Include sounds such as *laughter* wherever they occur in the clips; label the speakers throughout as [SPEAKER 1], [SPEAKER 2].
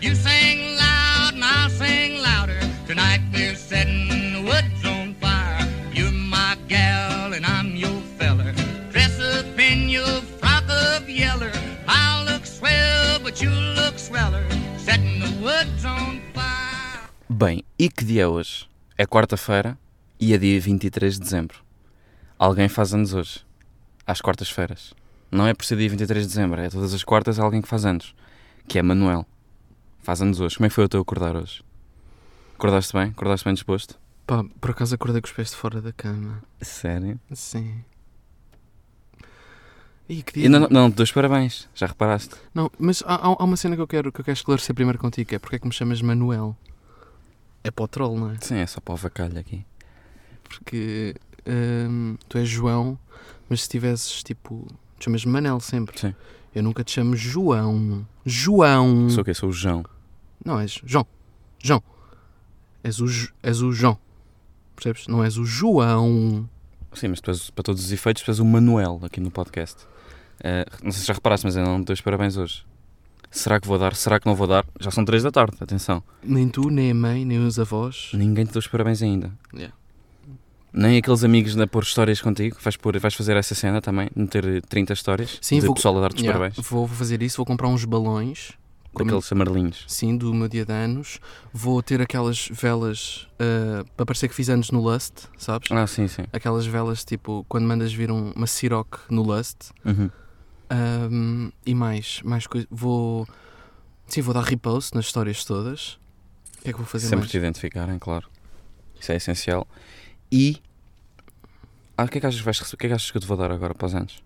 [SPEAKER 1] You sing loud and I'll sing louder. Tonight we're setting the woods on fire. You're my gal and I'm your feller. Dress up in your frock of yeller. I'll look swell, but you look sweller. Setting the woods on fire.
[SPEAKER 2] Bem, e que dia é hoje? É quarta-feira e é dia 23 de dezembro. Alguém faz anos hoje, às quartas-feiras. Não é por ser dia 23 de dezembro, é todas as quartas alguém que faz anos, que é Manuel. Faz anos hoje. Como é que foi o teu acordar hoje? Acordaste bem? Acordaste bem disposto?
[SPEAKER 3] Pá, por acaso acordei com os pés de fora da cama.
[SPEAKER 2] Sério?
[SPEAKER 3] Sim. E que dia-
[SPEAKER 2] E não, não, não te dou os parabéns, já reparaste?
[SPEAKER 3] Não, mas há, um, há- há uma cena que eu, quero, que eu quero esclarecer primeiro contigo, que é porque é que me chamas Manuel? É para o troll, não é?
[SPEAKER 2] Sim, é só para o vacalho aqui.
[SPEAKER 3] Porque hum, tu és João, mas se tivesses tipo. Te chamas Manel sempre.
[SPEAKER 2] Sim.
[SPEAKER 3] Eu nunca te chamo João. João!
[SPEAKER 2] Sou o quê? Sou o João.
[SPEAKER 3] Não, és João. João. És o, Jo- és o João. Percebes? Não és o João.
[SPEAKER 2] Sim, mas tu és, para todos os efeitos, tu és o Manuel aqui no podcast. Eh, não sei se já reparaste, mas ainda não te dou os parabéns hoje. Será que vou dar? Será que não vou dar? Já são três da tarde, atenção.
[SPEAKER 3] Nem tu, nem a mãe, nem os avós.
[SPEAKER 2] Ninguém te deu os parabéns ainda.
[SPEAKER 3] Yeah.
[SPEAKER 2] Nem aqueles amigos a pôr histórias contigo. Vais, pôr, vais fazer essa cena também, meter 30 histórias
[SPEAKER 3] Sim,
[SPEAKER 2] de
[SPEAKER 3] vou-
[SPEAKER 2] pessoal a dar-te os
[SPEAKER 3] Yeah,
[SPEAKER 2] parabéns.
[SPEAKER 3] Vou, vou fazer isso, vou comprar uns balões. como-
[SPEAKER 2] Daqueles amarelinhos.
[SPEAKER 3] Sim, do meu dia de anos. Vou ter aquelas velas ah, para parecer que fiz anos no Lust, sabes?
[SPEAKER 2] Ah, sim, sim.
[SPEAKER 3] Aquelas velas tipo quando mandas vir um, uma Ciroc no Lust.
[SPEAKER 2] Uhum.
[SPEAKER 3] Ahm, e mais, mais coisas. Vou. Sim, vou dar repost nas histórias todas. O que é que vou fazer
[SPEAKER 2] Sempre
[SPEAKER 3] mais?
[SPEAKER 2] te identificarem, claro. Isso é essencial. E. Ah, o que é que achas que, vais, rece- o que, é que, achas que eu te vou dar agora para os anos?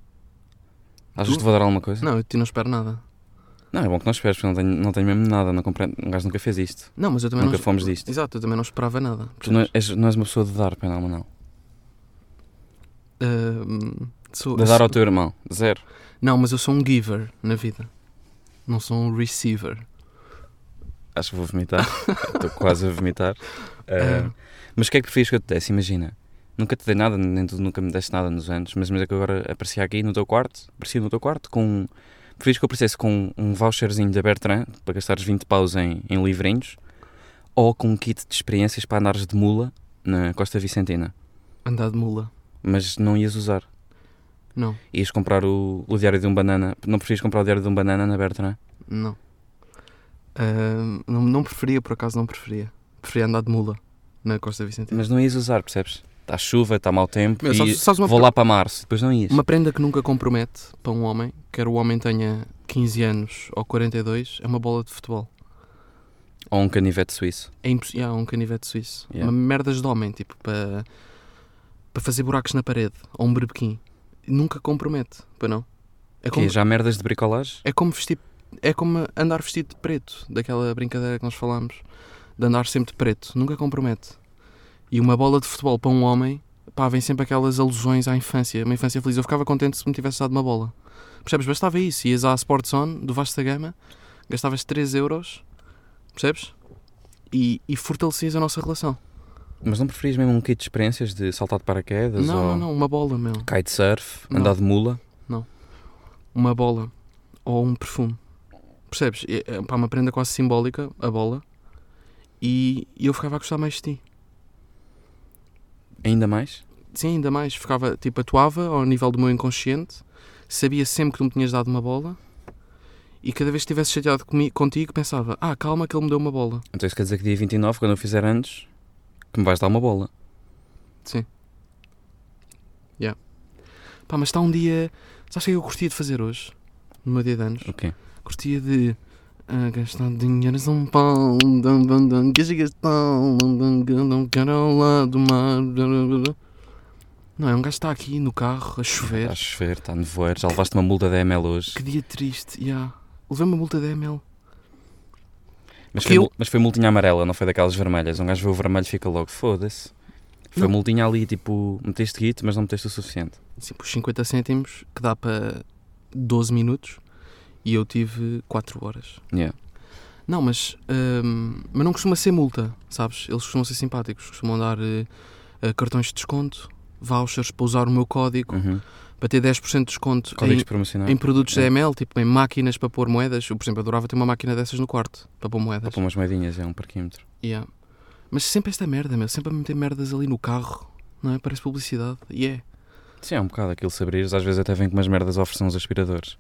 [SPEAKER 2] Achas
[SPEAKER 3] Tu?
[SPEAKER 2] que te vou dar alguma coisa?
[SPEAKER 3] Não, eu te não espero nada.
[SPEAKER 2] Não, é bom que não esperes, porque não tenho, não tenho mesmo nada, não compreendo. Um gajo nunca fez isto.
[SPEAKER 3] Não, mas eu também
[SPEAKER 2] Nunca
[SPEAKER 3] não.
[SPEAKER 2] fomos disto.
[SPEAKER 3] Exato, eu também não esperava nada.
[SPEAKER 2] Tu não é- és, não és uma pessoa de dar, pena, não.
[SPEAKER 3] Ahm, sou-
[SPEAKER 2] De dar ao teu irmão. Zero.
[SPEAKER 3] Não, mas eu sou um giver na vida. Não sou um receiver.
[SPEAKER 2] Acho que vou *laughs* vomitar. Estou quase a vomitar. Ah, mas o que é que preferias que eu te desse? Imagina. Nunca te dei nada, nem tu nunca me deste nada nos anos, mas, mas é que eu agora aparecia aqui no teu quarto, aparecia no teu quarto com. um, Preferias que eu aparecesse com um voucherzinho da Bertrand para gastares 20 paus em, em livrinhos ou com um kit de experiências para andares de mula na Costa Vicentina,
[SPEAKER 3] Andar de mula.
[SPEAKER 2] mas não ias usar.
[SPEAKER 3] Não,
[SPEAKER 2] Ias comprar o, o Diário de um Banana. Não preferias comprar o Diário de um Banana na Bertrand?
[SPEAKER 3] não. Ahm, não. Não preferia, por acaso não preferia. Preferia andar de mula na Costa Vicentina.
[SPEAKER 2] Mas não ias usar, percebes? Está chuva, está mau tempo.
[SPEAKER 3] Meu,
[SPEAKER 2] e
[SPEAKER 3] sabes- sabes uma
[SPEAKER 2] vou
[SPEAKER 3] per-
[SPEAKER 2] lá para março. Depois não ias.
[SPEAKER 3] Uma prenda que nunca compromete para um homem, quer o homem tenha 15 anos ou 42, é uma bola de futebol.
[SPEAKER 2] Ou um canivete suíço.
[SPEAKER 3] É impossível. um canivete suíço.
[SPEAKER 2] Yeah.
[SPEAKER 3] Uma merdas de homem, tipo, para, para fazer buracos na parede ou um berbequim. Nunca compromete, para não? É
[SPEAKER 2] O quê? Já merdas de bricolagem?
[SPEAKER 3] É como vestir. É como andar vestido de preto, daquela brincadeira que nós falámos, de andar sempre de preto, nunca compromete. E uma bola de futebol para um homem, pá, vem sempre aquelas alusões à infância, uma infância feliz. Eu ficava contente se me tivesse dado uma bola. Percebes? Bastava isso. Ias à Sport Zone do Vasta Gama, gastavas 3 euros, percebes? E, e fortalecias a nossa relação.
[SPEAKER 2] Mas não preferias mesmo um kit de experiências de saltar de paraquedas?
[SPEAKER 3] Não,
[SPEAKER 2] ou
[SPEAKER 3] não, não, uma bola, meu.
[SPEAKER 2] Kitesurf?
[SPEAKER 3] Não.
[SPEAKER 2] Andar de mula?
[SPEAKER 3] Uma bola ou um perfume. Percebes? É, é, pá, uma prenda quase simbólica, a bola. E, e eu ficava a gostar mais de ti.
[SPEAKER 2] Ainda mais?
[SPEAKER 3] Sim, ainda mais. Ficava, tipo, atuava ao nível do meu inconsciente, sabia sempre que tu me tinhas dado uma bola e cada vez que estivesse chateado comi- contigo pensava: ah, calma, que ele me deu uma bola.
[SPEAKER 2] Então isso quer dizer que dia 29, quando eu fizer anos, que me vais dar uma bola.
[SPEAKER 3] Pá, mas está um dia. Sabes o que é que eu curtia de fazer hoje? No meu dia de anos?
[SPEAKER 2] O quê?
[SPEAKER 3] Curtia de. ah, gastar dinheiro em São Paulo, dun, dun, dun, quis gastar, dun, dun, dun, dun, quero lá do mar. dun, dun, dun. Não, é um gajo que está aqui no carro
[SPEAKER 2] Está Tá
[SPEAKER 3] a
[SPEAKER 2] a
[SPEAKER 3] chover.
[SPEAKER 2] chover, está a nevoeiro, já levaste uma multa da ML hoje.
[SPEAKER 3] Que dia triste, yeah. Levei uma multa da ML.
[SPEAKER 2] Mas
[SPEAKER 3] que
[SPEAKER 2] foi,
[SPEAKER 3] eu-
[SPEAKER 2] mul- mas foi multinha amarela, não foi daquelas vermelhas. Um gajo vê o vermelho e fica logo, foda-se. Foi
[SPEAKER 3] Não.
[SPEAKER 2] multinha ali, tipo, meteste guito, mas não meteste o suficiente.
[SPEAKER 3] tipo 50 cêntimos, que dá para 12 minutos, e eu tive 4 horas.
[SPEAKER 2] Yeah.
[SPEAKER 3] Não, mas, hum, mas não costuma ser multa, sabes? Eles costumam ser simpáticos, costumam dar eh, eh, cartões de desconto, vouchers para usar o meu código
[SPEAKER 2] Uhum.
[SPEAKER 3] para ter 10% de desconto
[SPEAKER 2] Códigos
[SPEAKER 3] em,
[SPEAKER 2] promocionais.
[SPEAKER 3] em produtos
[SPEAKER 2] É.
[SPEAKER 3] da ML, tipo em máquinas para pôr moedas. Eu, por exemplo, adorava ter uma máquina dessas no quarto para pôr moedas.
[SPEAKER 2] Para pôr umas moedinhas, é um parquímetro.
[SPEAKER 3] Yeah. Mas sempre esta merda, meu. Sempre a meter merdas ali no carro, não é? Parece publicidade. E é.
[SPEAKER 2] Sim, é um bocado aquilo se abrires, às vezes até vem com umas merdas a oferecer uns aspiradores.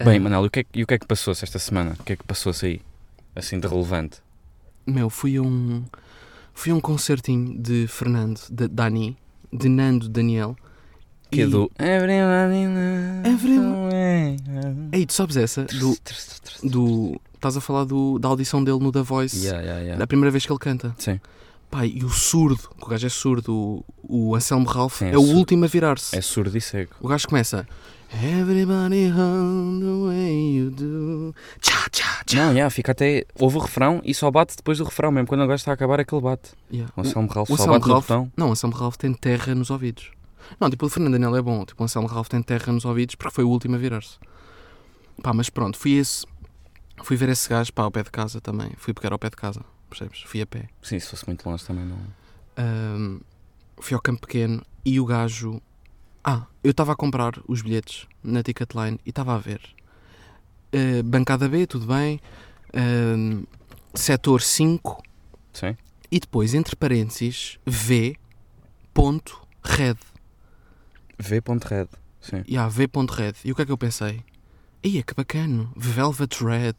[SPEAKER 2] Bem, Manel, e o que, é, que- e o que é que passou-se esta semana? O que é que passou-se aí? Assim de relevante.
[SPEAKER 3] Meu, fui a um. Fui a um concertinho de Fernando, de Dani, de Nando Daniel.
[SPEAKER 2] Que é
[SPEAKER 3] E-
[SPEAKER 2] do. Everybody
[SPEAKER 3] Ei, tu sabes essa? É Do. do estás a falar do, da audição dele no The Voice,
[SPEAKER 2] Yeah, yeah, yeah.
[SPEAKER 3] da primeira vez que ele canta.
[SPEAKER 2] Sim.
[SPEAKER 3] Pai, e o surdo, que o gajo é surdo, o, o Anselmo Ralph,
[SPEAKER 2] Sim, é
[SPEAKER 3] é, o
[SPEAKER 2] surdo.
[SPEAKER 3] último a virar-se.
[SPEAKER 2] É surdo e cego.
[SPEAKER 3] O gajo começa. Everybody home the way you do. Tchá, tchá, tchá.
[SPEAKER 2] Não, yeah, fica até. Houve o refrão e só bate depois do refrão, mesmo quando o gajo está a acabar, é que ele bate.
[SPEAKER 3] Yeah.
[SPEAKER 2] O Anselmo Ralph
[SPEAKER 3] o
[SPEAKER 2] só
[SPEAKER 3] Anselmo
[SPEAKER 2] bate no
[SPEAKER 3] Ralph-
[SPEAKER 2] botão.
[SPEAKER 3] Não, o Anselmo Ralph tem terra nos ouvidos. Não, tipo, o Fernando Daniel é bom. Tipo, o Anselmo Ralph tem terra nos ouvidos porque foi o último a virar-se. Pá, mas pronto, fui esse. Fui ver esse gajo, pá, ao pé de casa também. Fui pegar ao pé de casa, percebes? Fui a pé.
[SPEAKER 2] Sim, se fosse muito longe também não.
[SPEAKER 3] Ahm, fui ao campo pequeno e o gajo. Ah, eu estava a comprar os bilhetes na Ticketline e estava a ver. Ah, bancada B, tudo bem. Ahm, setor 5
[SPEAKER 2] Sim?
[SPEAKER 3] e depois, entre parênteses, V. Ponto red.
[SPEAKER 2] V.red. Sim.
[SPEAKER 3] E há V. Ponto red. E o que é que eu pensei? Ia, que bacana. Velvet Red.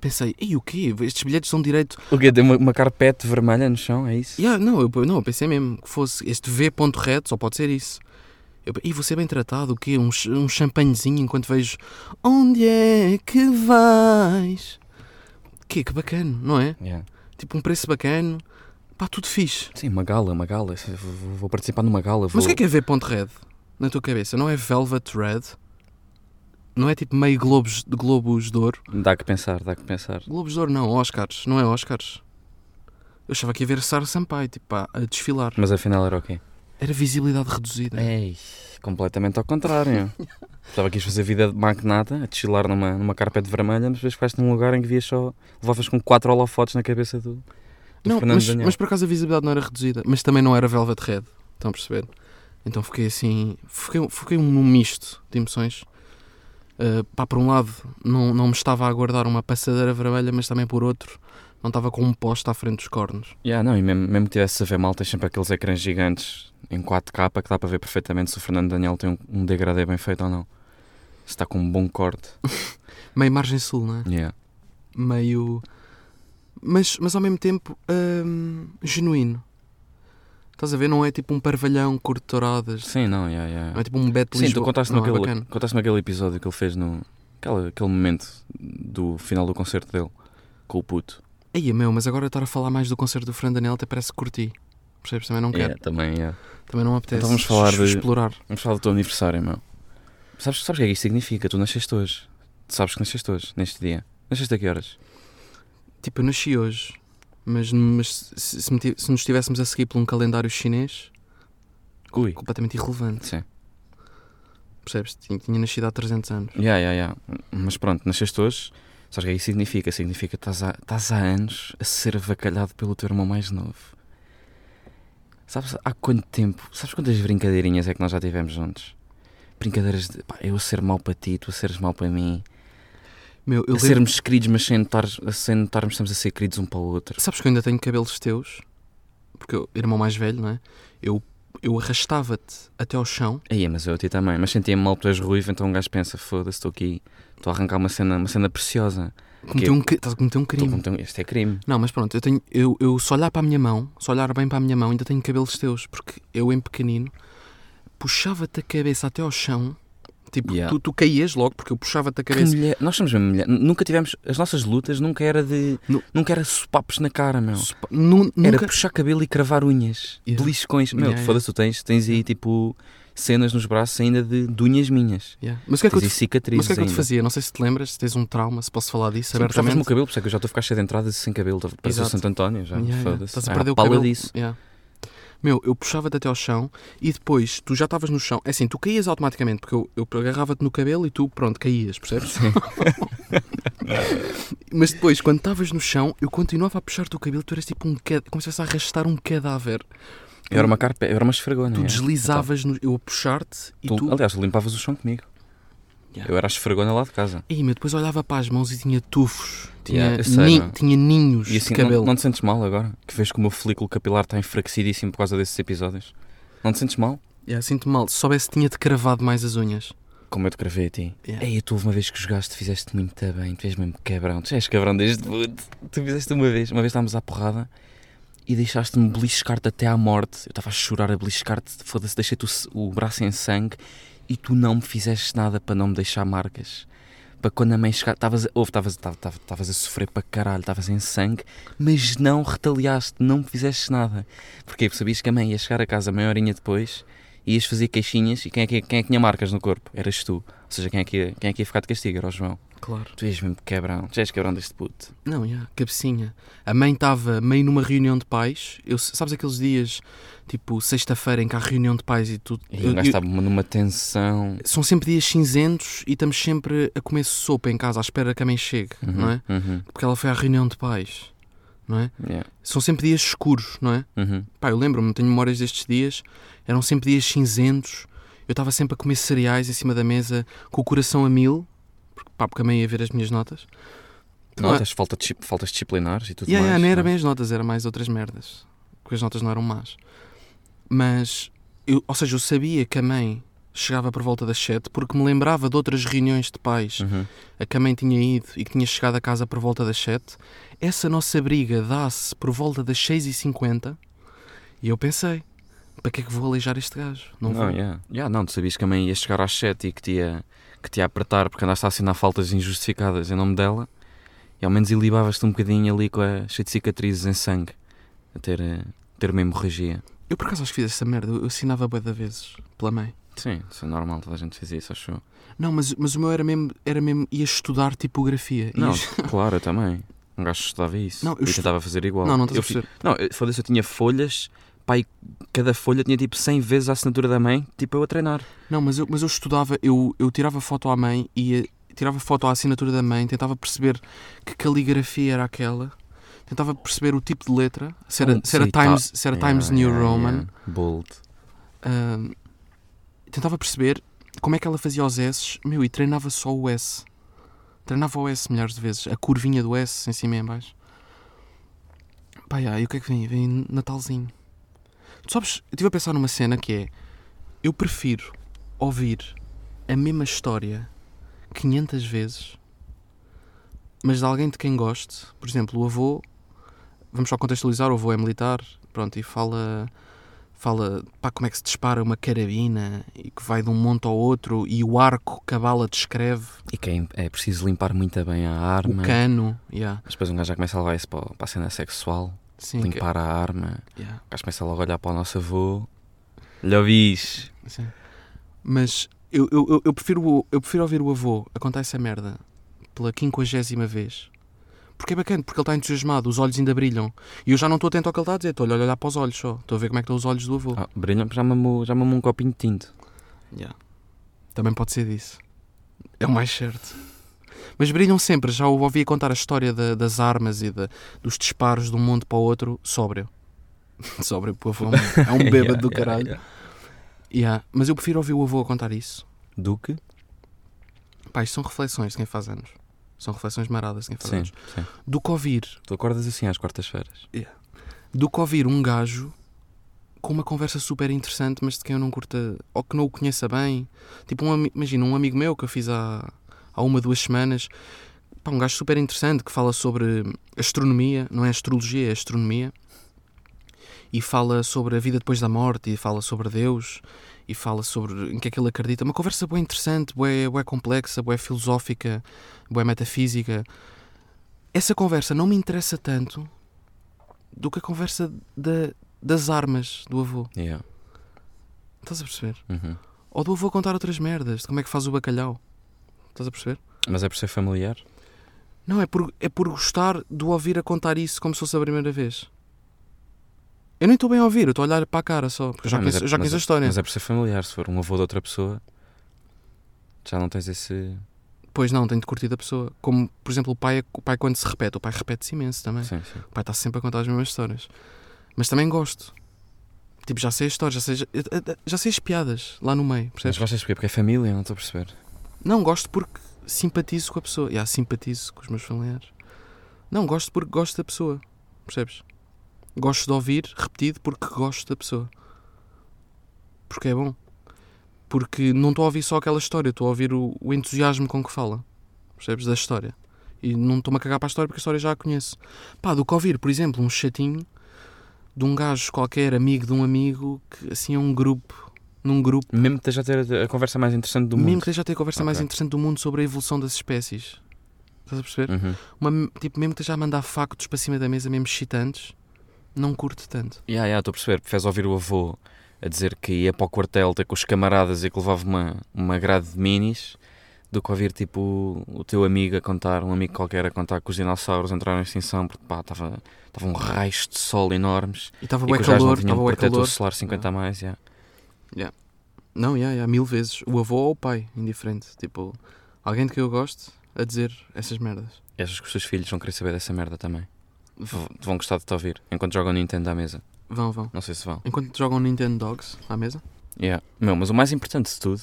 [SPEAKER 3] Pensei, ei, o quê? Estes bilhetes são direito.
[SPEAKER 2] O quê? Deu uma, uma carpete vermelha no chão, é isso?
[SPEAKER 3] Yeah, não, eu, não, eu pensei mesmo que fosse este V ponto reto, só pode ser isso. Eu, e vou ser bem tratado, o quê? Um, ch- um champanhezinho enquanto vejo Onde é que vais? Que, que bacana, não é?
[SPEAKER 2] Yeah.
[SPEAKER 3] Tipo um preço bacana, pá, tudo fixe.
[SPEAKER 2] Sim, uma gala, uma gala. Vou- Vou, vou participar numa gala. Vou...
[SPEAKER 3] Mas o que é que é V ponto red na tua cabeça? Não é Velvet Red? Não é tipo meio globos, de globos de ouro?
[SPEAKER 2] Dá que pensar, dá que pensar.
[SPEAKER 3] Globos de ouro não, Oscars, não é Oscars. Eu estava aqui a ver Sara Sampaio, tipo, pá, a desfilar.
[SPEAKER 2] Mas afinal era o quê?
[SPEAKER 3] Era visibilidade reduzida.
[SPEAKER 2] Ei, completamente ao contrário.
[SPEAKER 3] *laughs*
[SPEAKER 2] Estava aqui a fazer vida de magnata, a deschilar numa, numa carpete vermelha, mas depois ficaste num lugar em que vias só. levavas com quatro holofotes na cabeça do, do
[SPEAKER 3] Não,
[SPEAKER 2] Fernando
[SPEAKER 3] mas,
[SPEAKER 2] Daniel.
[SPEAKER 3] mas por acaso a visibilidade não era reduzida, mas também não era Velvet Red, estão a perceber? Então fiquei assim, fiquei, fiquei num misto de emoções. Uh, pá, por um lado, não, não me estava a aguardar uma passadeira vermelha, mas também por outro, não estava com um poste à frente dos cornos.
[SPEAKER 2] Yeah, não, e mesmo, mesmo que tivesse a ver mal, tens sempre aqueles ecrãs gigantes em 4K que dá para ver perfeitamente se o Fernando Daniel tem um, um degradê bem feito ou não. Se está com um bom corte.
[SPEAKER 3] Meio margem sul, não é?
[SPEAKER 2] Yeah.
[SPEAKER 3] Meio. Mas, mas ao mesmo tempo, hum, genuíno. Estás a ver? Não é tipo um parvalhão curto de touradas,
[SPEAKER 2] Sim, não, yeah, yeah.
[SPEAKER 3] não é tipo um Beto
[SPEAKER 2] Sim, tu
[SPEAKER 3] Lisboa.
[SPEAKER 2] contaste
[SPEAKER 3] Não, é
[SPEAKER 2] naquele,
[SPEAKER 3] bacana.
[SPEAKER 2] contaste naquele episódio que ele fez no. Aquele, aquele momento do final do concerto dele com o puto.
[SPEAKER 3] Aí, meu, mas agora estar a falar mais do concerto do Fran Daniel até parece que curti. Percebes? Também não quero.
[SPEAKER 2] Yeah, também, yeah.
[SPEAKER 3] Também não me apetece.
[SPEAKER 2] É. Então vamos falar de-
[SPEAKER 3] Explorar.
[SPEAKER 2] Vamos falar do teu aniversário, meu. Sabes, sabes o que é que isto significa? Tu nasceste hoje. Tu sabes que nasceste hoje, neste dia. Nasceste a que horas?
[SPEAKER 3] Tipo, eu nasci hoje, mas, mas se, se me ti- se nos estivéssemos a seguir por um calendário chinês,
[SPEAKER 2] Ui.
[SPEAKER 3] completamente irrelevante.
[SPEAKER 2] Sim.
[SPEAKER 3] Percebes? Tinha, tinha nascido há 300 anos.
[SPEAKER 2] Yeah, yeah, yeah. Mas pronto, nasceste hoje. Sabes o que é que isso significa? Significa que estás há, estás há anos a ser avacalhado pelo teu irmão mais novo. Sabes há quanto tempo? Sabes quantas brincadeirinhas é que nós já tivemos juntos? Brincadeiras de pá, eu a ser mau para ti, tu a seres mau para mim.
[SPEAKER 3] Meu, eu
[SPEAKER 2] a
[SPEAKER 3] lembro...
[SPEAKER 2] sermos queridos, mas sem, estar, sem estarmos estamos a ser queridos um para o outro.
[SPEAKER 3] Sabes que eu ainda tenho cabelos teus, porque eu, irmão mais velho, não é? Eu, eu arrastava-te até ao chão.
[SPEAKER 2] Aí, mas eu a ti também. Mas sentia-me mal, tu és ruivo, então um gajo pensa: foda-se, estou aqui, estou a arrancar uma cena, uma cena preciosa.
[SPEAKER 3] Cometeu um, cri- estás a cometer um
[SPEAKER 2] Estou a
[SPEAKER 3] crime.
[SPEAKER 2] cometer um- Este é crime.
[SPEAKER 3] Não, mas pronto, eu, tenho, eu, eu se olhar para a minha mão, se olhar bem para a minha mão, ainda tenho cabelos teus, porque eu em pequenino puxava-te a cabeça até ao chão, tipo,
[SPEAKER 2] Yeah.
[SPEAKER 3] tu, tu caías logo, porque eu puxava-te a
[SPEAKER 2] Que
[SPEAKER 3] cabeça.
[SPEAKER 2] mulher- Nós somos mesmo mulher. Nunca tivemos. As nossas lutas nunca era de.
[SPEAKER 3] Nu-
[SPEAKER 2] Nunca era sopapos na cara, meu.
[SPEAKER 3] Supa- Nu-
[SPEAKER 2] Era
[SPEAKER 3] nunca...
[SPEAKER 2] puxar cabelo e cravar unhas.
[SPEAKER 3] Yeah.
[SPEAKER 2] De liscões. Meu,
[SPEAKER 3] Yeah, yeah.
[SPEAKER 2] foda-se, tu tens, tens aí tipo cenas nos braços ainda de, de unhas minhas.
[SPEAKER 3] Yeah. Mas o que é que, eu
[SPEAKER 2] tens aí
[SPEAKER 3] te...
[SPEAKER 2] cicatrizes
[SPEAKER 3] mas o que é que eu te
[SPEAKER 2] ainda.
[SPEAKER 3] fazia? Não sei se te lembras, se tens um trauma, se posso falar disso
[SPEAKER 2] Sim, cortavas-me o
[SPEAKER 3] abertamente.
[SPEAKER 2] cabelo, por isso é que eu já estou a ficar cheio de entradas e sem cabelo. Parece o
[SPEAKER 3] Exato.
[SPEAKER 2] Santo António, já.
[SPEAKER 3] Yeah, yeah.
[SPEAKER 2] Foda-se.
[SPEAKER 3] Estás a
[SPEAKER 2] Ah,
[SPEAKER 3] perder o
[SPEAKER 2] pala
[SPEAKER 3] cabelo.
[SPEAKER 2] disso.
[SPEAKER 3] Yeah. Meu, eu puxava-te até ao chão e depois tu já estavas no chão. É assim, tu caías automaticamente, porque eu, eu agarrava-te no cabelo e tu, pronto, caías, percebes? *laughs* Mas depois, quando estavas no chão, eu continuava a puxar-te o cabelo, tu eras tipo um cadáver, como se estivesse a arrastar um cadáver.
[SPEAKER 2] Eu era uma carpe... eu era uma esfregona.
[SPEAKER 3] Tu
[SPEAKER 2] é.
[SPEAKER 3] deslizavas, no- eu a puxar-te e
[SPEAKER 2] Tu-
[SPEAKER 3] tu...
[SPEAKER 2] Aliás, limpavas o chão comigo.
[SPEAKER 3] Yeah.
[SPEAKER 2] Eu era a esfregona lá de casa.
[SPEAKER 3] Ih, meu, depois olhava para as mãos e tinha tufos. Tinha,
[SPEAKER 2] Yeah, eu sei,
[SPEAKER 3] nin-
[SPEAKER 2] não é?
[SPEAKER 3] tinha ninhos
[SPEAKER 2] E assim,
[SPEAKER 3] de cabelo.
[SPEAKER 2] Não, não te sentes mal agora? Que vês que o meu folículo capilar está enfraquecidíssimo por causa desses episódios? Não te sentes mal?
[SPEAKER 3] Yeah, Sinto mal. Se soubesse, tinha-te cravado mais as unhas.
[SPEAKER 2] Como eu te gravei a ti.
[SPEAKER 3] Yeah.
[SPEAKER 2] Ei, tu houve uma vez que jogaste, fizeste muito bem, tu és mesmo cabrão, tu és cabrão desde puto. Tu fizeste uma vez, uma vez estávamos à porrada e deixaste-me beliscar-te até à morte. Eu estava a chorar a beliscar-te, foda-se, deixei-te o, s- o braço em sangue e tu não me fizeste nada para não me deixar marcas. Para quando a mãe chegar, estavas a, ouve, estavas, estava- estava- estavas a sofrer para caralho, estavas em sangue, mas não retaliaste, não me fizeste nada. Porque sabias que a mãe ia chegar a casa meia horinha depois, ias fazer queixinhas e quem é, que, quem é que tinha marcas no corpo? Eras tu. Ou seja, quem é que ia, quem é que ia ficar de castigo? Era o João.
[SPEAKER 3] Claro.
[SPEAKER 2] Tu és mesmo quebrão, tu és quebrão deste puto.
[SPEAKER 3] Não, yeah, cabecinha. A mãe estava meio numa reunião de pais. Eu, sabes aqueles dias, tipo, sexta-feira, em que há reunião de pais e tudo.
[SPEAKER 2] E o gajo tá estava numa tensão.
[SPEAKER 3] São sempre dias cinzentos e estamos sempre a comer sopa em casa, à espera que a mãe chegue,
[SPEAKER 2] Uhum,
[SPEAKER 3] não é?
[SPEAKER 2] uhum,
[SPEAKER 3] Porque ela foi à reunião de pais, não é?
[SPEAKER 2] yeah,
[SPEAKER 3] São sempre dias escuros, não é?
[SPEAKER 2] uhum.
[SPEAKER 3] Pá, eu lembro-me, tenho memórias destes dias, eram sempre dias cinzentos, eu estava sempre a comer cereais em cima da mesa, com o coração a mil, porque, pá, porque a mãe ia ver as minhas notas.
[SPEAKER 2] Notas, falta de, dis- faltas disciplinares e tudo
[SPEAKER 3] E é? yeah,
[SPEAKER 2] mais.
[SPEAKER 3] yeah, não era
[SPEAKER 2] não é?
[SPEAKER 3] bem as notas, era mais outras merdas, porque as notas não eram más. Mas, eu, ou seja, eu sabia que a mãe chegava por volta das sete, porque me lembrava de outras reuniões de pais
[SPEAKER 2] Uhum.
[SPEAKER 3] a que a mãe tinha ido e que tinha chegado a casa por volta das 7, essa nossa briga dá-se por volta das 6h50 e eu pensei, para que é que vou aleijar este gajo? Não,
[SPEAKER 2] Não,
[SPEAKER 3] vou.
[SPEAKER 2] yeah. Yeah, não, tu sabias que a mãe ia chegar às 7 e que te ia, que te ia apertar porque andaste a assinar faltas injustificadas em nome dela e ao menos ilibavas-te um bocadinho ali com a cheio de cicatrizes em sangue a ter, eh, ter uma hemorragia.
[SPEAKER 3] Eu por acaso acho que fiz essa merda, eu assinava bué de vezes pela mãe.
[SPEAKER 2] Sim, isso é normal, toda a gente fez isso, acho eu.
[SPEAKER 3] Não, mas, mas o meu era mesmo, era mesmo, ia estudar tipografia.
[SPEAKER 2] Não,
[SPEAKER 3] Ia-
[SPEAKER 2] *laughs* claro, eu também. Um gajo estudava isso.
[SPEAKER 3] Não, eu
[SPEAKER 2] eu
[SPEAKER 3] estu-
[SPEAKER 2] tentava fazer igual.
[SPEAKER 3] não, não estás
[SPEAKER 2] eu
[SPEAKER 3] a perceber.
[SPEAKER 2] fi- Não, eu- foda-se, eu tinha folhas, pai, cada folha tinha tipo 100 vezes a assinatura da mãe, tipo eu a treinar.
[SPEAKER 3] Não, mas eu, mas eu estudava, eu, eu tirava foto à mãe e ia- tirava foto à assinatura da mãe, tentava perceber que caligrafia era aquela, tentava perceber o tipo de letra, se era,
[SPEAKER 2] Um,
[SPEAKER 3] se era
[SPEAKER 2] sim, tá.
[SPEAKER 3] Times, se era Times
[SPEAKER 2] Yeah,
[SPEAKER 3] New
[SPEAKER 2] yeah,
[SPEAKER 3] Roman.
[SPEAKER 2] yeah. Bold.
[SPEAKER 3] Ahm, tentava perceber como é que ela fazia os S, meu, e treinava só o S. Treinava o S milhares de vezes, a curvinha do S em cima e em baixo. Pá, já, e o que é que vem? Vem Natalzinho. Tu sabes, eu estive a pensar numa cena que é: eu prefiro ouvir a mesma história 500 vezes, mas de alguém de quem goste. Por exemplo, o avô, vamos só contextualizar: o avô é militar, pronto, e fala fala pá, como é que se dispara uma carabina e que vai de um monte ao outro e o arco que a bala descreve,
[SPEAKER 2] E que é im- é preciso limpar muito bem a arma.
[SPEAKER 3] o cano, yeah,
[SPEAKER 2] Mas depois um gajo já começa a levar isso para, para a cena sexual,
[SPEAKER 3] sim, que-
[SPEAKER 2] limpar a arma.
[SPEAKER 3] yeah,
[SPEAKER 2] O gajo começa logo a olhar para o nosso avô. Lhe ouvis.
[SPEAKER 3] sim. Mas eu, eu, eu- eu prefiro, o- eu prefiro ouvir o avô a contar essa merda pela quinquagésima vez. Porque é bacana, porque ele está entusiasmado, os olhos ainda brilham. E eu já não estou atento ao que ele está a dizer, estou-lhe a olhar para os olhos só. Estou a ver como é que estão os olhos do avô.
[SPEAKER 2] Ah, brilham, já mamou, já mamou um copinho de tinto.
[SPEAKER 3] Yeah. Também pode ser disso. É o mais certo. Mas brilham sempre. Já o ouvi contar a história da- das armas e da- dos disparos de um mundo para o outro sóbrio. *laughs* sóbrio, por favor. É
[SPEAKER 2] *laughs*
[SPEAKER 3] um bêbado do
[SPEAKER 2] Yeah, yeah,
[SPEAKER 3] caralho.
[SPEAKER 2] yeah.
[SPEAKER 3] Yeah. Mas eu prefiro ouvir o avô a contar isso.
[SPEAKER 2] Do que?
[SPEAKER 3] Pá, isto são reflexões de quem faz anos. São reflexões maradas de quem faz
[SPEAKER 2] Sim,
[SPEAKER 3] anos.
[SPEAKER 2] sim.
[SPEAKER 3] Do que ouvir.
[SPEAKER 2] Tu acordas assim às quartas-feiras.
[SPEAKER 3] Do que ouvir um gajo com uma conversa super interessante, mas de quem eu não curta ou que não o conheça bem. Tipo, um, ami- imagina, um amigo meu que eu fiz há, há uma, duas semanas, pá, um gajo super interessante que fala sobre astronomia, não é astrologia, é astronomia, e fala sobre a vida depois da morte, e fala sobre Deus, e fala sobre em que é que ele acredita. Uma conversa bem interessante, bué, bué complexa, bué filosófica, bué metafísica. Essa conversa não me interessa tanto do que a conversa da- das armas do avô.
[SPEAKER 2] Yeah.
[SPEAKER 3] Estás a perceber?
[SPEAKER 2] Uhum.
[SPEAKER 3] Ou do avô contar outras merdas, de como é que faz o bacalhau. Estás a perceber?
[SPEAKER 2] Mas é por ser familiar?
[SPEAKER 3] Não, é por, é por gostar de o ouvir a contar isso como se fosse a primeira vez. Eu nem estou bem a ouvir, eu estou a olhar para a cara só, porque eu já
[SPEAKER 2] Ah, mas é-
[SPEAKER 3] conheço, eu já
[SPEAKER 2] mas
[SPEAKER 3] conheço
[SPEAKER 2] é-
[SPEAKER 3] a história.
[SPEAKER 2] Mas é por ser familiar, se for um avô de outra pessoa, já não tens esse.
[SPEAKER 3] Pois não, tenho de curtir da pessoa. Como, por exemplo, o pai, é- o pai quando se repete, o pai repete-se imenso também.
[SPEAKER 2] Sim, sim.
[SPEAKER 3] O pai está sempre a contar as mesmas histórias. Mas também gosto. Tipo, já sei a história, já sei, já sei as piadas lá no meio,
[SPEAKER 2] Mas
[SPEAKER 3] percebes?
[SPEAKER 2] gostas porquê? Porque é família, não estou a perceber.
[SPEAKER 3] Não, gosto porque simpatizo com a pessoa. Já, simpatizo com os meus familiares. Não, gosto porque gosto da pessoa, percebes? Gosto de ouvir, repetido, porque gosto da pessoa. Porque é bom. Porque não estou a ouvir só aquela história, estou a ouvir o, o entusiasmo com que fala, percebes? Da história. E não estou-me a cagar para a história porque a história já a conheço. Pá, do que ouvir, por exemplo, um chatinho de um gajo qualquer, amigo de um amigo, que assim é um grupo, num grupo
[SPEAKER 2] Mesmo que esteja a ter a- a conversa mais interessante do
[SPEAKER 3] mesmo
[SPEAKER 2] mundo.
[SPEAKER 3] que esteja a ter a conversa mais
[SPEAKER 2] Ok.
[SPEAKER 3] interessante do mundo sobre a evolução das espécies. Estás a perceber?
[SPEAKER 2] Uhum.
[SPEAKER 3] Uma- tipo, mesmo que esteja a mandar factos para cima da mesa, mesmo excitantes, não curto tanto.
[SPEAKER 2] Ya, ya, estou a perceber. Preferes ouvir o avô a dizer que ia para o quartel ter com os camaradas e que levava uma, uma grade de minis do que ouvir tipo o teu amigo a contar, um amigo qualquer a contar que os dinossauros entraram em extinção porque pá, estava tava um raio de sol enormes
[SPEAKER 3] E estava
[SPEAKER 2] e que
[SPEAKER 3] bem
[SPEAKER 2] os gajos não
[SPEAKER 3] calor,
[SPEAKER 2] tinham
[SPEAKER 3] estava
[SPEAKER 2] um
[SPEAKER 3] bem
[SPEAKER 2] protetor
[SPEAKER 3] calor. Ah.
[SPEAKER 2] solar 50 a mais. ya.
[SPEAKER 3] Não, yeah, yeah, mil vezes. O avô ou o pai, indiferente. Tipo, alguém de que eu gosto a dizer essas merdas.
[SPEAKER 2] E achas que os teus filhos vão querer saber dessa merda também? V- Vão gostar de te ouvir enquanto jogam Nintendo à mesa.
[SPEAKER 3] Vão, vão.
[SPEAKER 2] Não sei se vão.
[SPEAKER 3] Enquanto jogam Nintendo Dogs à mesa,
[SPEAKER 2] Ya. Meu, mas o mais importante de tudo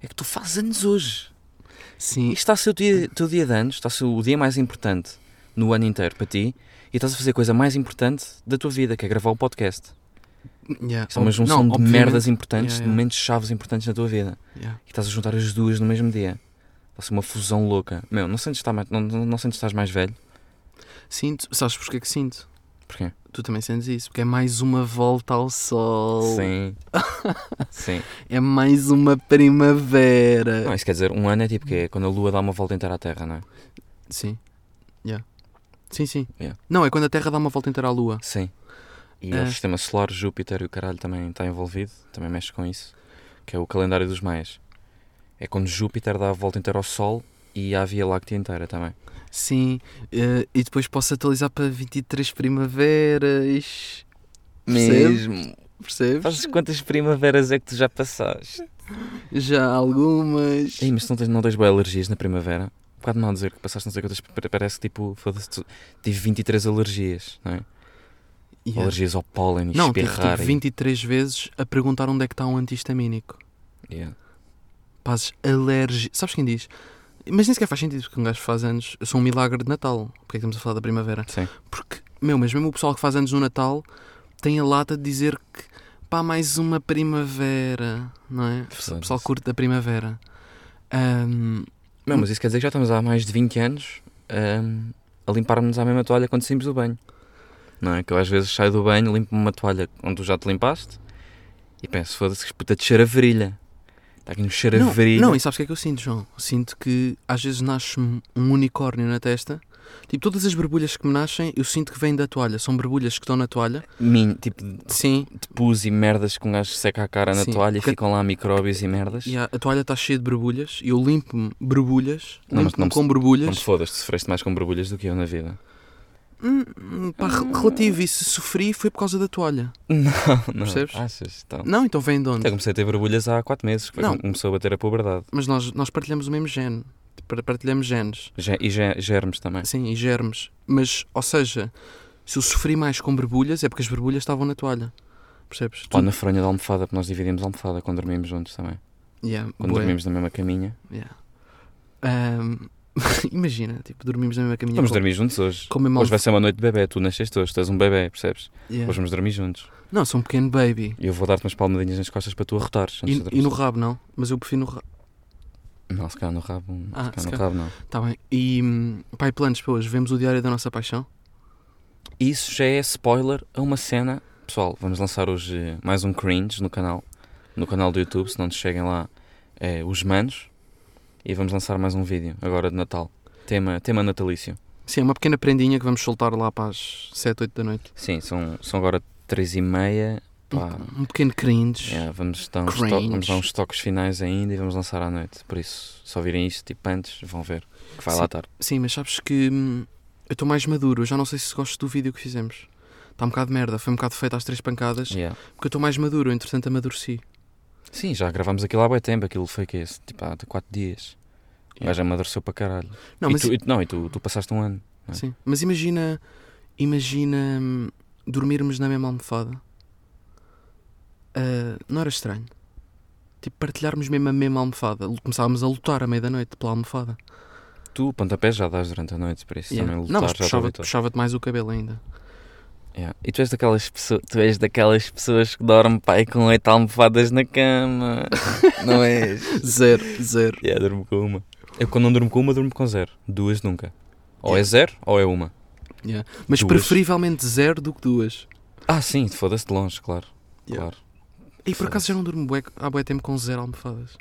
[SPEAKER 2] é que tu fazes anos hoje.
[SPEAKER 3] sim,
[SPEAKER 2] Isto está a ser o dia, teu dia de anos, está a ser o dia mais importante no ano inteiro para ti e estás a fazer a coisa mais importante da tua vida, que é gravar o podcast.
[SPEAKER 3] yeah.
[SPEAKER 2] Isto é uma
[SPEAKER 3] Ob-
[SPEAKER 2] junção
[SPEAKER 3] não,
[SPEAKER 2] de
[SPEAKER 3] obviamente-
[SPEAKER 2] merdas importantes, de
[SPEAKER 3] Yeah, yeah.
[SPEAKER 2] momentos chaves importantes na tua vida.
[SPEAKER 3] Yeah.
[SPEAKER 2] E estás a juntar as duas no mesmo dia. Está a ser uma fusão louca. Meu, não sentes que, está mais- não, não, não sentes que estás mais velho?
[SPEAKER 3] Sinto, sabes porquê que sinto?
[SPEAKER 2] Porquê?
[SPEAKER 3] Tu também sentes isso, porque é mais uma volta ao sol. *laughs*
[SPEAKER 2] Sim. Sim.
[SPEAKER 3] É mais uma primavera.
[SPEAKER 2] Não, isso quer dizer, um ano é tipo que é quando a lua dá uma volta inteira à Terra, não é?
[SPEAKER 3] Sim. Yeah. Sim, sim.
[SPEAKER 2] Yeah.
[SPEAKER 3] Não, é quando a Terra dá uma volta inteira à Lua.
[SPEAKER 2] Sim. E
[SPEAKER 3] É.
[SPEAKER 2] o sistema solar, Júpiter e o caralho também está envolvido, também mexe com isso, que é o calendário dos maias. É quando Júpiter dá a volta inteira ao Sol e à Via Láctea inteira também.
[SPEAKER 3] Sim. eh, e depois posso atualizar para 23 primaveras. Percebes? Percebes?
[SPEAKER 2] Fazes quantas primaveras é que tu já passaste?
[SPEAKER 3] Já algumas.
[SPEAKER 2] Ei, mas tu não tens, não tens boas alergias na primavera? Um bocado mal dizer que passaste não sei quantas, pa- parece que tipo, foda-se, tu- tive 23 alergias, não é?
[SPEAKER 3] Yeah.
[SPEAKER 2] Alergias ao pólen e
[SPEAKER 3] Não, tive
[SPEAKER 2] espirrar.
[SPEAKER 3] tipo,
[SPEAKER 2] e-
[SPEAKER 3] 23 vezes a perguntar onde é que está um antihistamínico.
[SPEAKER 2] Yeah.
[SPEAKER 3] Fazes alergia. Sabes quem diz? Mas nem sequer faz sentido, porque um gajo faz anos. Eu sou um milagre de Natal. Porque é que estamos a falar da primavera?
[SPEAKER 2] Sim.
[SPEAKER 3] Porque, meu, mas mesmo o pessoal que faz anos no Natal tem a lata de dizer que pá, mais uma primavera, não é? O pessoal
[SPEAKER 2] Foda-se.
[SPEAKER 3] curte da primavera. Ahm,
[SPEAKER 2] Não, mas isso quer dizer que já estamos há mais de 20 anos hum, a limpar-nos à mesma toalha quando saímos do banho. Não é? Que eu às vezes saio do banho, limpo-me uma toalha onde tu já te limpaste e penso, foda-se, que puta de cheiro a virilha. Está aqui um cheiro a
[SPEAKER 3] não,
[SPEAKER 2] virilha.
[SPEAKER 3] não, e sabes o que é que eu sinto, João? Sinto que às vezes nasce-me um unicórnio na testa. Tipo, todas as borbulhas que me nascem, eu sinto que vêm da toalha. São borbulhas que estão na toalha.
[SPEAKER 2] Min- tipo de
[SPEAKER 3] Sim.
[SPEAKER 2] pus e merdas que um gajo seca a cara na
[SPEAKER 3] Sim,
[SPEAKER 2] toalha
[SPEAKER 3] porque-
[SPEAKER 2] e ficam lá micróbios e merdas.
[SPEAKER 3] E a, a toalha está cheia de borbulhas. Eu limpo-me borbulhas.
[SPEAKER 2] Não, mas
[SPEAKER 3] Limpo-me
[SPEAKER 2] não-
[SPEAKER 3] com
[SPEAKER 2] Não
[SPEAKER 3] borbulhas.
[SPEAKER 2] me fodas, te sofreste mais com borbulhas do que eu na
[SPEAKER 3] *laughs*
[SPEAKER 2] vida.
[SPEAKER 3] Hum, hum, pá, re- relativo. E se sofri, foi por causa da toalha.
[SPEAKER 2] Não, não.
[SPEAKER 3] Percebes?
[SPEAKER 2] Achas? Então.
[SPEAKER 3] Não, então vem de onde?
[SPEAKER 2] Até comecei a ter borbulhas há 4 meses, foi
[SPEAKER 3] Não.
[SPEAKER 2] quando começou a bater a puberdade.
[SPEAKER 3] Mas nós, nós partilhamos o mesmo gene. Par- Partilhamos genes.
[SPEAKER 2] Ge- E ge- germes também.
[SPEAKER 3] Sim, e germes. Mas, ou seja, se eu sofri mais com borbulhas, é porque as borbulhas estavam na toalha. Percebes?
[SPEAKER 2] Ou na fronha da almofada, porque nós dividimos a almofada quando dormimos juntos também.
[SPEAKER 3] Yeah,
[SPEAKER 2] Quando
[SPEAKER 3] bué.
[SPEAKER 2] dormimos na mesma caminha.
[SPEAKER 3] Yeah. Ahm, *laughs* imagina, tipo, dormimos na mesma caminha.
[SPEAKER 2] Vamos
[SPEAKER 3] com-
[SPEAKER 2] dormir juntos hoje.
[SPEAKER 3] com o mesmo
[SPEAKER 2] Hoje vai
[SPEAKER 3] alvo-
[SPEAKER 2] ser uma noite de bebê. Tu nasceste hoje, tu és um bebê, percebes?
[SPEAKER 3] Yeah.
[SPEAKER 2] Hoje vamos dormir juntos.
[SPEAKER 3] Não, sou um pequeno baby.
[SPEAKER 2] E eu vou dar-te umas palmadinhas nas costas para tu arrotares. antes de
[SPEAKER 3] E, e
[SPEAKER 2] dormir.
[SPEAKER 3] no rabo não, mas eu prefiro no rabo.
[SPEAKER 2] Não, se calhar no rabo.
[SPEAKER 3] Ah,
[SPEAKER 2] se calhar
[SPEAKER 3] se
[SPEAKER 2] no
[SPEAKER 3] calhar.
[SPEAKER 2] rabo não.
[SPEAKER 3] Tá bem. E, hum, pai, planos para hoje. Vemos o Diário da Nossa Paixão.
[SPEAKER 2] Isso já é spoiler a uma cena. Pessoal, vamos lançar hoje eh, mais um cringe no canal. No canal do YouTube, se não nos cheguem lá eh, os manos. E vamos lançar mais um vídeo agora de Natal. Tema, tema natalício.
[SPEAKER 3] Sim, é uma pequena prendinha que vamos soltar lá para as 7, 8 da noite.
[SPEAKER 2] Sim, são, são agora três e meia. Pá,
[SPEAKER 3] Um pequeno cringe.
[SPEAKER 2] Yeah, vamos, dar uns
[SPEAKER 3] Cringe.
[SPEAKER 2] to- vamos dar uns toques finais ainda e vamos lançar à noite. Por isso, se ouvirem isto tipo antes, vão ver que vai
[SPEAKER 3] Sim.
[SPEAKER 2] lá estar.
[SPEAKER 3] Sim, mas sabes que hum, eu estou mais maduro. Eu já não sei se gosto do vídeo que fizemos. Está um bocado de merda, foi um bocado feito às três pancadas,
[SPEAKER 2] Yeah.
[SPEAKER 3] porque eu estou mais maduro, eu, entretanto amadureci.
[SPEAKER 2] Sim, já gravámos aquilo há bem tempo. Aquilo foi que esse, tipo, há 4 dias. O
[SPEAKER 3] Yeah.
[SPEAKER 2] gajo amadureceu para caralho.
[SPEAKER 3] Não,
[SPEAKER 2] e
[SPEAKER 3] mas,
[SPEAKER 2] tu, e- não, e tu, tu passaste um ano. não é?
[SPEAKER 3] sim, mas imagina, imagina hum, dormirmos na mesma almofada. ah, não era estranho? Tipo, partilharmos mesmo a mesma almofada. Começávamos a lutar à meia da noite pela almofada.
[SPEAKER 2] Tu, pontapés já dás durante a noite, por isso
[SPEAKER 3] Yeah.
[SPEAKER 2] também lutar
[SPEAKER 3] não, mas
[SPEAKER 2] já te
[SPEAKER 3] puxava-te
[SPEAKER 2] habituou.
[SPEAKER 3] puxava mais o cabelo ainda.
[SPEAKER 2] Yeah. E tu és daquelas pessoas, tu és daquelas pessoas que dorme pai com oito almofadas na
[SPEAKER 3] *laughs*
[SPEAKER 2] cama. não és?
[SPEAKER 3] Zero, zero.
[SPEAKER 2] Yeah, durmo com uma. Eu quando não durmo com uma, durmo com zero. Duas nunca. Ou é zero ou é uma.
[SPEAKER 3] Mas
[SPEAKER 2] Duas.
[SPEAKER 3] preferivelmente zero do que duas.
[SPEAKER 2] Ah, sim, foda-se de longe, claro.
[SPEAKER 3] Yeah.
[SPEAKER 2] Claro.
[SPEAKER 3] E por acaso já não durmo bué, há bué tempo com zero almofadas.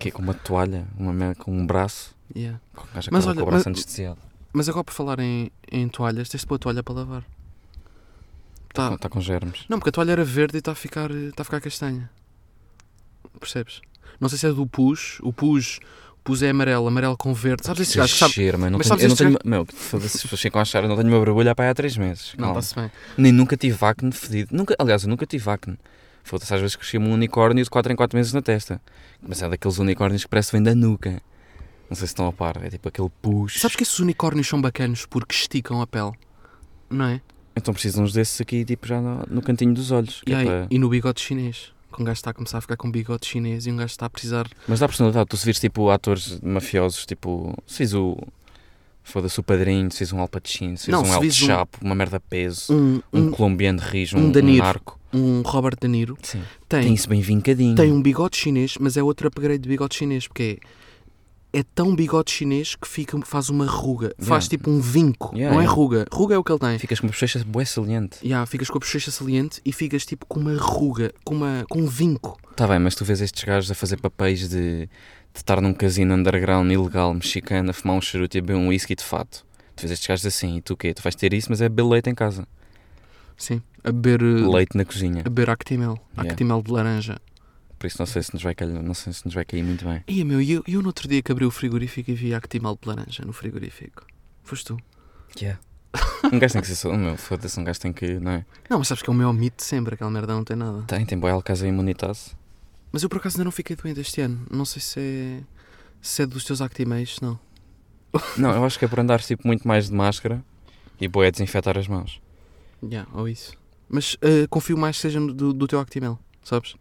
[SPEAKER 2] Que é com uma toalha, uma merda com um braço.
[SPEAKER 3] Yeah.
[SPEAKER 2] Pô, gajo
[SPEAKER 3] Mas
[SPEAKER 2] acaba
[SPEAKER 3] olha,
[SPEAKER 2] com o braço
[SPEAKER 3] mas-
[SPEAKER 2] anestesiado.
[SPEAKER 3] Mas agora por falar em, em toalhas, tens de pôr a toalha para lavar.
[SPEAKER 2] Não
[SPEAKER 3] Tá.
[SPEAKER 2] está com germes.
[SPEAKER 3] Não, porque a toalha era verde e está a ficar, está a ficar castanha. Percebes? Não sei se é do pus. O pus, pus é amarelo, amarelo com verde. Sabes esses
[SPEAKER 2] Que
[SPEAKER 3] gajos que sabem...
[SPEAKER 2] cheiro, mano.
[SPEAKER 3] mas
[SPEAKER 2] Eu não tenho,
[SPEAKER 3] sabes
[SPEAKER 2] eu não
[SPEAKER 3] este
[SPEAKER 2] tenho, meu, que foda-se, se vocês ficam a achar, eu não tenho uma borbulha para aí há três meses.
[SPEAKER 3] Não, tá
[SPEAKER 2] Calma.
[SPEAKER 3] está-se bem.
[SPEAKER 2] Nem nunca tive acne fedido. Nunca, aliás, eu nunca tive acne. Foda-se, às vezes crescia-me um unicórnio de 4 em 4 meses na testa. Mas é daqueles unicórnios que parece que vem da nuca. Não sei se estão a par. É tipo aquele push.
[SPEAKER 3] Sabes que esses unicórnios são bacanos porque esticam a pele? Não é?
[SPEAKER 2] Então precisam uns desses aqui, tipo, já no, no cantinho dos olhos. que
[SPEAKER 3] E,
[SPEAKER 2] é
[SPEAKER 3] aí,
[SPEAKER 2] para-
[SPEAKER 3] e no bigode chinês. Que um gajo está a começar a ficar com bigode chinês e um gajo está a precisar.
[SPEAKER 2] Mas dá personalidade. Tu se vires, tipo, atores mafiosos, tipo... Se fiz o... Foda-se, o padrinho, se fiz um Al Pacino, se fiz
[SPEAKER 3] Não,
[SPEAKER 2] um
[SPEAKER 3] se
[SPEAKER 2] El
[SPEAKER 3] fiz um-
[SPEAKER 2] Chapo, uma merda peso,
[SPEAKER 3] Um,
[SPEAKER 2] um,
[SPEAKER 3] um,
[SPEAKER 2] colombiano de rijo,
[SPEAKER 3] um
[SPEAKER 2] um, um,
[SPEAKER 3] De Niro.
[SPEAKER 2] narco.
[SPEAKER 3] um Robert De Niro
[SPEAKER 2] Sim.
[SPEAKER 3] tem,
[SPEAKER 2] Tem isso bem vincadinho.
[SPEAKER 3] Tem um bigode chinês, mas é outro upgrade de bigode chinês, porque é, é tão bigode chinês que fica, faz uma ruga, faz
[SPEAKER 2] Yeah.
[SPEAKER 3] tipo um vinco,
[SPEAKER 2] Yeah,
[SPEAKER 3] não é
[SPEAKER 2] yeah.
[SPEAKER 3] ruga. Ruga é o que ele tem.
[SPEAKER 2] Ficas com uma bochecha bué saliente.
[SPEAKER 3] Yeah, ficas com a bochecha saliente e ficas tipo com uma ruga, com, uma, com um vinco.
[SPEAKER 2] Tá bem, mas tu vês estes gajos a fazer papéis de, de estar num casino underground ilegal mexicano a fumar um charuto e a beber um whisky de fato. Tu vês estes gajos assim e tu o quê? Tu vais ter isso, mas é beber leite em casa.
[SPEAKER 3] Sim, a beber, uh,
[SPEAKER 2] Leite na cozinha.
[SPEAKER 3] a beber Actimel,
[SPEAKER 2] Yeah.
[SPEAKER 3] Actimel de laranja.
[SPEAKER 2] Por isso não sei se nos vai calhar, não sei se nos vai cair muito bem.
[SPEAKER 3] E meu, e eu, eu no outro dia que abri o frigorífico e vi Actimel de laranja no frigorífico. Foste tu?
[SPEAKER 2] *laughs* Um gajo tem que ser só. Meu, foda-se, um gajo tem que. Não é? Tá,
[SPEAKER 3] Não, mas sabes que é o meu mito de sempre, aquela merda não tem nada.
[SPEAKER 2] Tem, tem boa casa imunitase.
[SPEAKER 3] Mas eu por acaso ainda não fiquei doente este ano. Não sei se é, se é dos teus Actimels, não.
[SPEAKER 2] Não, eu acho que é por andar tipo muito mais de máscara e boé desinfetar as mãos.
[SPEAKER 3] Yeah, ou isso. Mas eh, confio mais que seja do, do teu Actimel, sabes?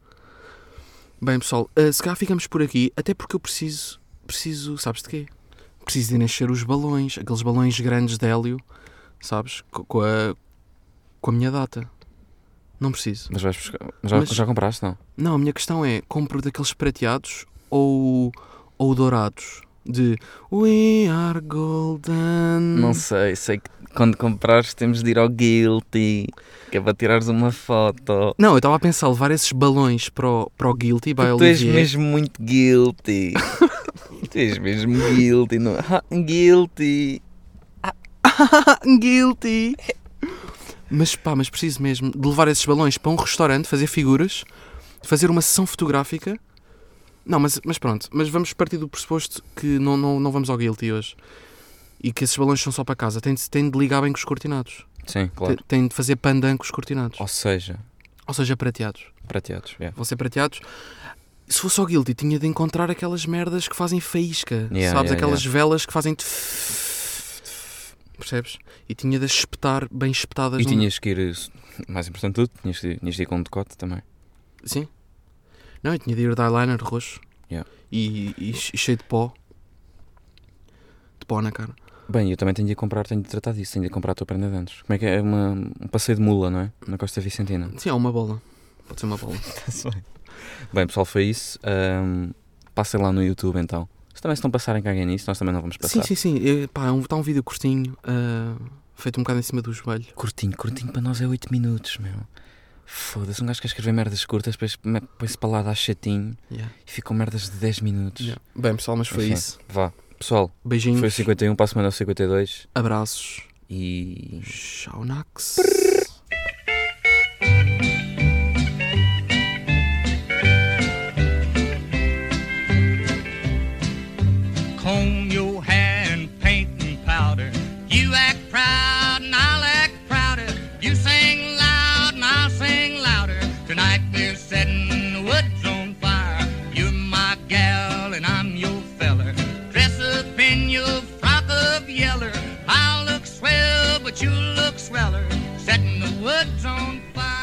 [SPEAKER 3] Bem, pessoal, eh, se calhar ficamos por aqui, até porque eu preciso, preciso, sabes de quê? Preciso de ir encher os balões, aqueles balões grandes de hélio, sabes? Co- Com a, com a minha data. Não preciso.
[SPEAKER 2] Mas vais buscar. Já,
[SPEAKER 3] Mas-
[SPEAKER 2] já compraste, não?
[SPEAKER 3] Não, a minha questão é, compro daqueles prateados ou, ou dourados? De We are golden.
[SPEAKER 2] Não sei, sei que quando comprares temos de ir ao Guilty, que é para tirares uma foto.
[SPEAKER 3] Não, eu estava a pensar levar esses balões para o, para o Guilty by
[SPEAKER 2] Porque tu és
[SPEAKER 3] Olivier.
[SPEAKER 2] mesmo muito *laughs* guilty. tu és mesmo guilty. Não? Ah, guilty.
[SPEAKER 3] Guilty. Mas pá, mas preciso mesmo de levar esses balões para um restaurante, fazer figuras, fazer uma sessão fotográfica. Não, mas, mas pronto, mas vamos partir do pressuposto que não, não, não vamos ao Guilty hoje. E que esses balões são só para casa. Tem de, tem de ligar bem com os cortinados.
[SPEAKER 2] Sim,
[SPEAKER 3] Tem,
[SPEAKER 2] claro. Oh.
[SPEAKER 3] tem de fazer pandan com os cortinados.
[SPEAKER 2] Ou seja,
[SPEAKER 3] Ou seja, prateados.
[SPEAKER 2] prateados. Yeah.
[SPEAKER 3] Vão ser prateados. Se fosse ao Guilty, tinha de encontrar aquelas merdas que fazem faísca.
[SPEAKER 2] Yeah,
[SPEAKER 3] sabes?
[SPEAKER 2] yeah,
[SPEAKER 3] aquelas velas que fazem. Percebes? E tinha de as espetar, bem espetadas.
[SPEAKER 2] E
[SPEAKER 3] num-
[SPEAKER 2] tinhas que ir, mais importante de tudo, tinhas de, tinhas de ir com um decote também.
[SPEAKER 3] Sim. Não, eu tinha de ir de eyeliner roxo.
[SPEAKER 2] Yeah.
[SPEAKER 3] E, e- e cheio de pó. De pó na cara.
[SPEAKER 2] Bem, eu também tenho de ir comprar, tenho de tratar disso, tenho de ir comprar a tua prenda de anos. Como é que é? É uma- um passeio de mula, não é? Na Costa
[SPEAKER 3] *laughs*
[SPEAKER 2] Vicentina.
[SPEAKER 3] Sim, é uma bola. Pode ser uma bola.
[SPEAKER 2] Bem, pessoal, foi isso. Ahm, passem lá no YouTube então. Se também se não passarem caguem nisso, nós também não vamos passar.
[SPEAKER 3] sim, sim, sim. É, pá, é um, está um vídeo curtinho. ah, feito um bocado em cima do joelho.
[SPEAKER 2] Curtinho, curtinho para nós é 8 minutos, meu. Foda-se, um gajo quer escrever merdas curtas, depois me- põe-se para lá, dá chatinho
[SPEAKER 3] Yeah.
[SPEAKER 2] e ficam merdas de 10 minutos.
[SPEAKER 3] Yeah. Bem, pessoal, mas foi
[SPEAKER 2] Enfim,
[SPEAKER 3] isso.
[SPEAKER 2] Vá. Pessoal,
[SPEAKER 3] Beijinhos.
[SPEAKER 2] foi o 51, para a semana é o 52
[SPEAKER 3] Abraços.
[SPEAKER 2] e.
[SPEAKER 3] Tchau, Nax.
[SPEAKER 1] comb your hair and paint and powder. You act proud and I'll act prouder. You sing loud and I'll sing louder. Tonight we're setting the woods on fire. You're my gal and I'm your feller. Dress up in your frock of yeller. I'll look swell, but you look sweller. Setting the woods on fire.